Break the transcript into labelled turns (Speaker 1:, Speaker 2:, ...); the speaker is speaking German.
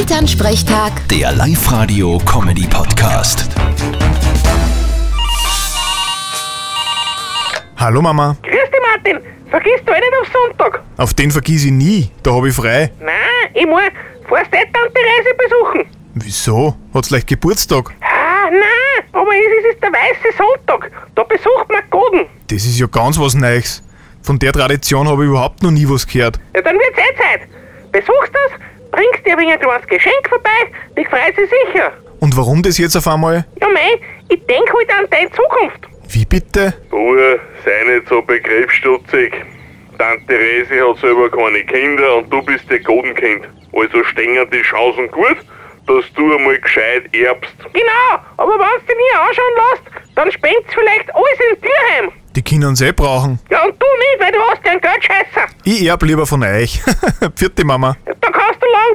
Speaker 1: Elternsprechtag,
Speaker 2: Der Live-Radio-Comedy-Podcast.
Speaker 3: Hallo Mama,
Speaker 4: Grüß dich, Martin. Vergiss du eh nicht auf Sonntag.
Speaker 3: auf den vergiss ich nie, da hab ich frei.
Speaker 4: Nein, ich muss fast eh Tante Reise besuchen.
Speaker 3: Wieso? Hat's gleich Geburtstag?
Speaker 4: Ah, nein, aber es ist, ist der weiße Sonntag. Da besucht man Goden.
Speaker 3: Das ist ja ganz was Neues. Von der Tradition habe ich überhaupt noch nie was gehört.
Speaker 4: Ja, dann wird's eh Zeit. Besuchst das, bringst dir ein wenig ein kleines Geschenk vorbei, dich freut sie sicher.
Speaker 3: Und warum das jetzt auf einmal?
Speaker 4: Ja, mei, ich denk halt an deine Zukunft.
Speaker 3: Wie bitte?
Speaker 5: Bruder, sei nicht so begriffsstutzig. Tante Resi hat selber keine Kinder und du bist ihr Godenkind. Also stehen die Chancen gut, dass du einmal gescheit erbst.
Speaker 4: Genau, aber wenn's dich nie anschauen lässt, dann spend's vielleicht alles ins Tierheim.
Speaker 3: Die können uns eh brauchen.
Speaker 4: Ja, und du nicht, weil du hast ja einen Geldscheißer.
Speaker 3: Ich erb lieber von euch. Vierte Mama.
Speaker 4: Da kannst du lang